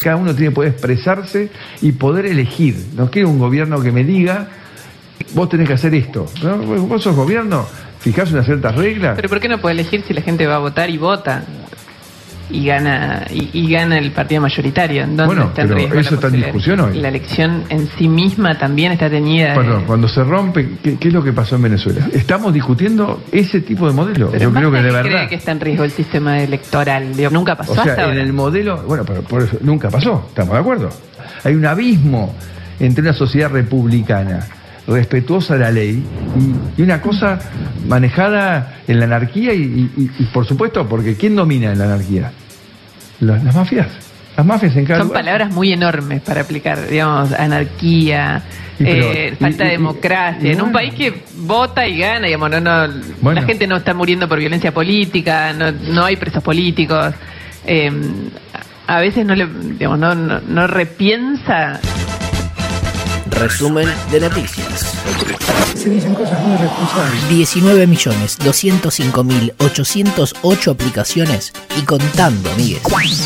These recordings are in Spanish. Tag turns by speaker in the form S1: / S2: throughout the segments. S1: cada uno tiene que poder expresarse y poder elegir. No quiero un gobierno que me diga, vos tenés que hacer esto. ¿no? Vos sos gobierno, fijás unas ciertas reglas.
S2: Pero ¿por qué no puede elegir si la gente va a votar y vota? Y gana, y, y gana el partido mayoritario. ¿En ¿Dónde
S1: Bueno,
S2: está en
S1: pero
S2: riesgo la
S1: eso está en
S2: posibilidad?
S1: discusión hoy.
S2: La elección en sí misma también está teñida. de-
S1: Bueno, cuando se rompe, ¿qué, qué es lo que pasó en Venezuela? Estamos discutiendo ese tipo de modelo.
S2: Pero
S1: Yo creo que
S2: Massa
S1: de
S2: cree
S1: verdad.
S2: que está en riesgo el sistema electoral. Digo, nunca pasó
S1: O
S2: hasta
S1: sea, en
S2: ahora.
S1: el modelo, bueno, pero por eso nunca pasó, estamos de acuerdo. Hay un abismo entre una sociedad republicana respetuosa de la ley y, y una cosa manejada en la anarquía y, y- y, por supuesto, porque ¿quién domina en la anarquía? Las, las mafias. Las mafias en cada
S2: Son
S1: lugar.
S2: palabras muy enormes para aplicar, digamos, anarquía,
S1: Y pero-
S2: eh,
S1: y-
S2: falta
S1: y-
S2: de democracia.
S1: y
S2: en un
S1: bueno.
S2: país que vota y gana, digamos, no, no,
S1: Bueno.
S2: la gente no está muriendo por violencia política, no, no hay presos políticos. Eh, a veces no, le, digamos, no, no, no repiensa
S3: Resumen de noticias.
S1: Se dicen cosas muy responsables.
S3: 19.205.808 aplicaciones y contando, amigues.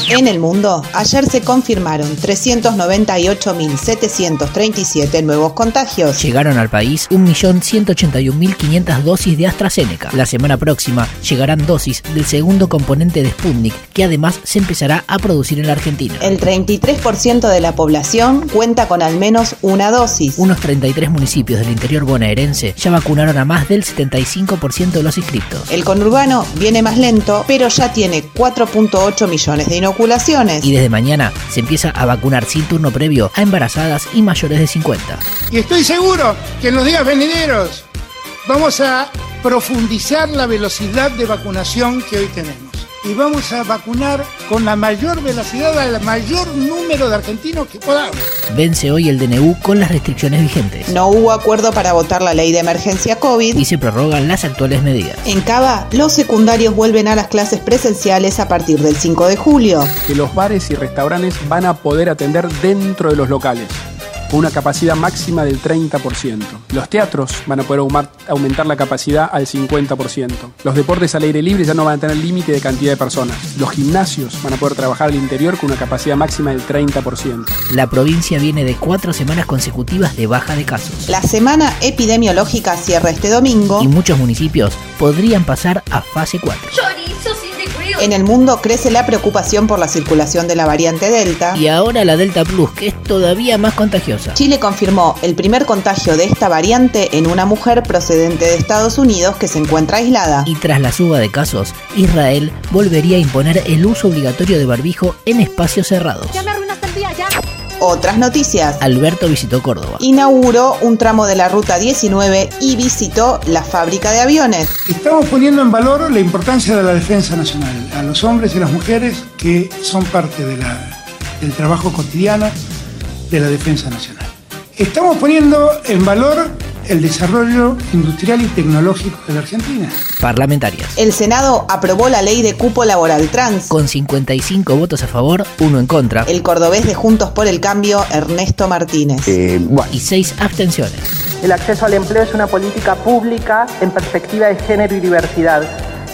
S4: En el mundo, ayer se confirmaron 398.737 nuevos contagios.
S3: Llegaron al país 1.181.500 dosis de AstraZeneca. La semana próxima llegarán dosis del segundo componente de Sputnik, que además se empezará a producir en la Argentina.
S4: El 33% de la población cuenta con al menos una dosis.
S3: Unos 33 municipios del interior bonaerense ya vacunaron a más del 75% de los inscriptos.
S4: El conurbano viene más lento, pero ya tiene 4.8 millones de inoculaciones.
S3: Y desde mañana se empieza a vacunar sin turno previo a embarazadas y mayores de 50.
S5: Y estoy seguro que en los días venideros vamos a profundizar la velocidad de vacunación que hoy tenemos. Y vamos a vacunar con la mayor velocidad al mayor número de argentinos que podamos.
S3: Vence hoy el DNU con las restricciones vigentes.
S4: No hubo acuerdo para votar la ley de emergencia
S3: y
S4: COVID.
S3: se prorrogan las actuales medidas.
S4: En Cava, los secundarios vuelven a las clases presenciales a partir del 5 de julio.
S6: que los bares y restaurantes van a poder atender dentro de los locales, con una capacidad máxima del 30%. Los teatros van a poder aumar- aumentar la capacidad al 50%. Los deportes al aire libre ya no van a tener límite de cantidad de personas. Los gimnasios van a poder trabajar al interior con una capacidad máxima del 30%.
S3: La provincia viene de cuatro semanas consecutivas de baja de casos.
S4: La semana epidemiológica cierra este domingo.
S3: Y muchos municipios podrían pasar a fase 4.
S7: Chorizo sin descuido.
S4: En el mundo crece la preocupación por la circulación de la variante Delta.
S3: Y ahora la Delta Plus, que es todavía más contagiosa.
S4: Chile confirmó el primer contagio de esta variante en una mujer procedente de Estados Unidos que se encuentra aislada.
S3: Y tras la suba de casos, Israel volvería a imponer el uso obligatorio de barbijo en espacios cerrados.
S7: Ya me arruinaste el día, ya.
S4: Otras noticias.
S3: Alberto visitó Córdoba.
S4: Inauguró un tramo de la Ruta 19 y visitó la fábrica de aviones.
S5: Estamos poniendo en valor la importancia de la defensa nacional, a los hombres y las mujeres que son parte de la- del trabajo cotidiano de la defensa nacional. Estamos poniendo en valor el desarrollo industrial y tecnológico de la Argentina.
S3: Parlamentarias.
S4: El Senado aprobó la ley de cupo laboral trans.
S3: Con 55 votos a favor, uno en contra
S4: El cordobés de Juntos por el Cambio, Ernesto Martínez.
S3: y 6 abstenciones.
S8: El acceso al empleo es una política pública en perspectiva de género y diversidad.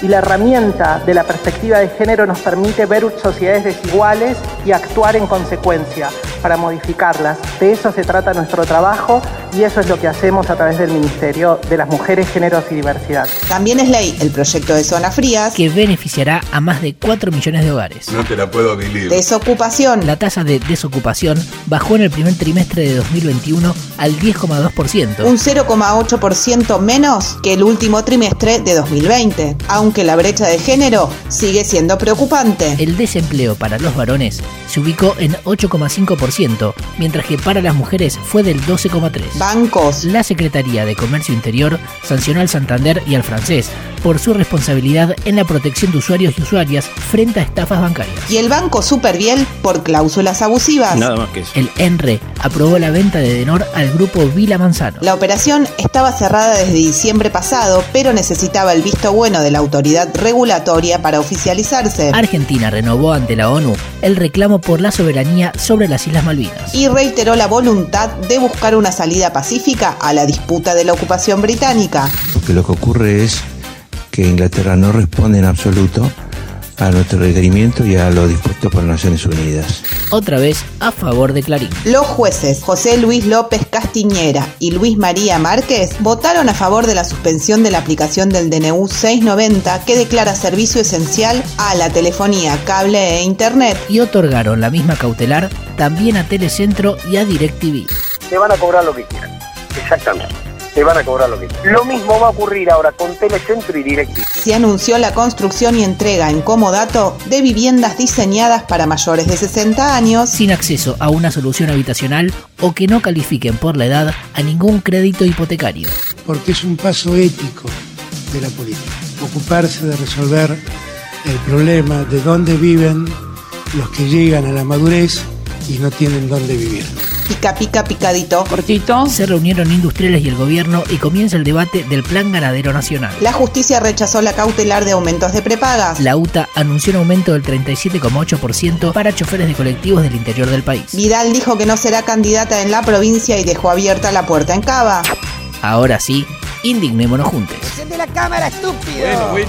S8: Y la herramienta de la perspectiva de género nos permite ver sociedades desiguales y actuar en consecuencia para modificarlas. De eso se trata nuestro trabajo y eso es lo que hacemos a través del Ministerio de las Mujeres, Géneros y Diversidad.
S4: También es ley el proyecto de zonas frías,
S3: Que beneficiará a más de 4 millones de hogares.
S9: No te la puedo vivir.
S4: desocupación,
S3: La tasa de desocupación bajó en el primer trimestre de 2021 al 10,2%.
S4: un 0,8% menos que el último trimestre de 2020, aunque la brecha de género sigue siendo preocupante.
S3: El desempleo para los varones se ubicó en 8,5%, mientras que para las mujeres fue del 12,3%.
S4: Bancos,
S3: La Secretaría de Comercio Interior sancionó al Santander y al francés por su responsabilidad en la protección de usuarios y usuarias frente a estafas bancarias.
S4: y el Banco Superviel por cláusulas abusivas.
S10: más que eso.
S3: El ENRE aprobó la venta de Denor al grupo Vila Manzano.
S4: La operación estaba cerrada desde diciembre pasado, pero necesitaba el visto bueno de la autoridad regulatoria para oficializarse.
S3: Argentina renovó ante la ONU el reclamo por la soberanía sobre las Islas Malvinas.
S4: y reiteró la voluntad de buscar una salida pacífica a la disputa de la ocupación británica.
S11: que lo que ocurre es que Inglaterra no responde en absoluto
S9: a nuestro requerimiento y a lo dispuesto por las Naciones Unidas.
S3: Otra vez a favor de Clarín.
S4: Los jueces José Luis López Castiñera y Luis María Márquez votaron a favor de la suspensión de la aplicación del DNU 690 que declara servicio esencial a la telefonía, cable e internet.
S3: Y otorgaron la misma cautelar también a Telecentro y a DirecTV.
S10: Te van a cobrar lo que quieran. Exactamente. Te van a cobrar lo que quieran. Lo mismo va a ocurrir ahora con Telecentro y DirecTV.
S4: Se anunció la construcción y entrega en comodato de viviendas diseñadas para mayores de 60 años
S3: sin acceso a una solución habitacional o que no califiquen por la edad a ningún crédito hipotecario.
S5: porque es un paso ético de la política. Ocuparse de resolver el problema de dónde viven los que llegan a la madurez y no tienen dónde vivir.
S4: pica pica picadito.
S11: Cortito.
S3: Se reunieron industriales y el gobierno y comienza el debate del Plan Ganadero Nacional.
S4: La justicia rechazó la cautelar de aumentos de prepagas.
S3: La UTA anunció un aumento del 37,8% para choferes de colectivos del interior del país.
S4: Vidal dijo que no será candidata en la provincia y dejó abierta la puerta en Cava.
S3: Ahora sí, indignémonos juntos.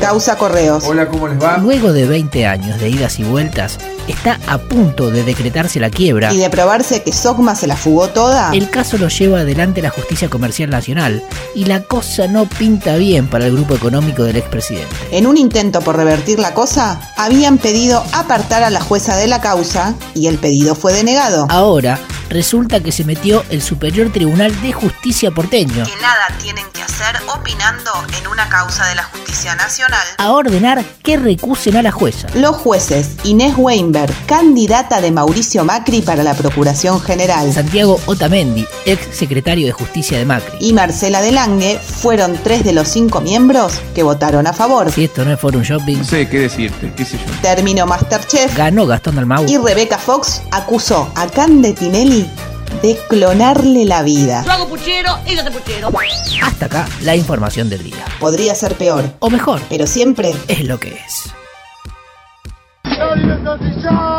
S4: Causa Correos.
S1: Hola, ¿cómo les
S6: Ah.
S1: va?
S3: Luego de 20 años de idas y vueltas, está a punto de decretarse la quiebra.
S4: Y de probarse que Sogma se la fugó toda,
S3: El caso lo lleva adelante la Justicia Comercial Nacional y la cosa no pinta bien para el grupo económico del expresidente.
S4: en un intento por revertir la cosa, habían pedido apartar a la jueza de la causa y el pedido fue denegado.
S3: Ahora resulta que se metió el Superior Tribunal de Justicia porteño
S4: nada tienen que hacer opinando en una causa de la justicia nacional.
S3: a ordenar que recusen a la jueza.
S4: Los jueces Inés Weinberg, candidata de Mauricio Macri para la Procuración General,
S3: Santiago Otamendi, ex secretario de Justicia de Macri.
S4: y Marcela de Lange fueron tres de los cinco miembros que votaron a favor.
S3: Si esto no es Forum Shopping,
S12: No sé qué decirte, qué sé yo.
S4: Terminó Masterchef
S3: ganó Gastón Dalmau.
S4: y Rebeca Fox acusó a Cande Tinelli de clonarle la vida.
S7: Yo hago puchero, ellos hacen puchero.
S3: Hasta acá la información del día.
S4: Podría ser peor,
S3: O mejor,
S4: pero siempre
S3: es lo que es.
S5: ¡No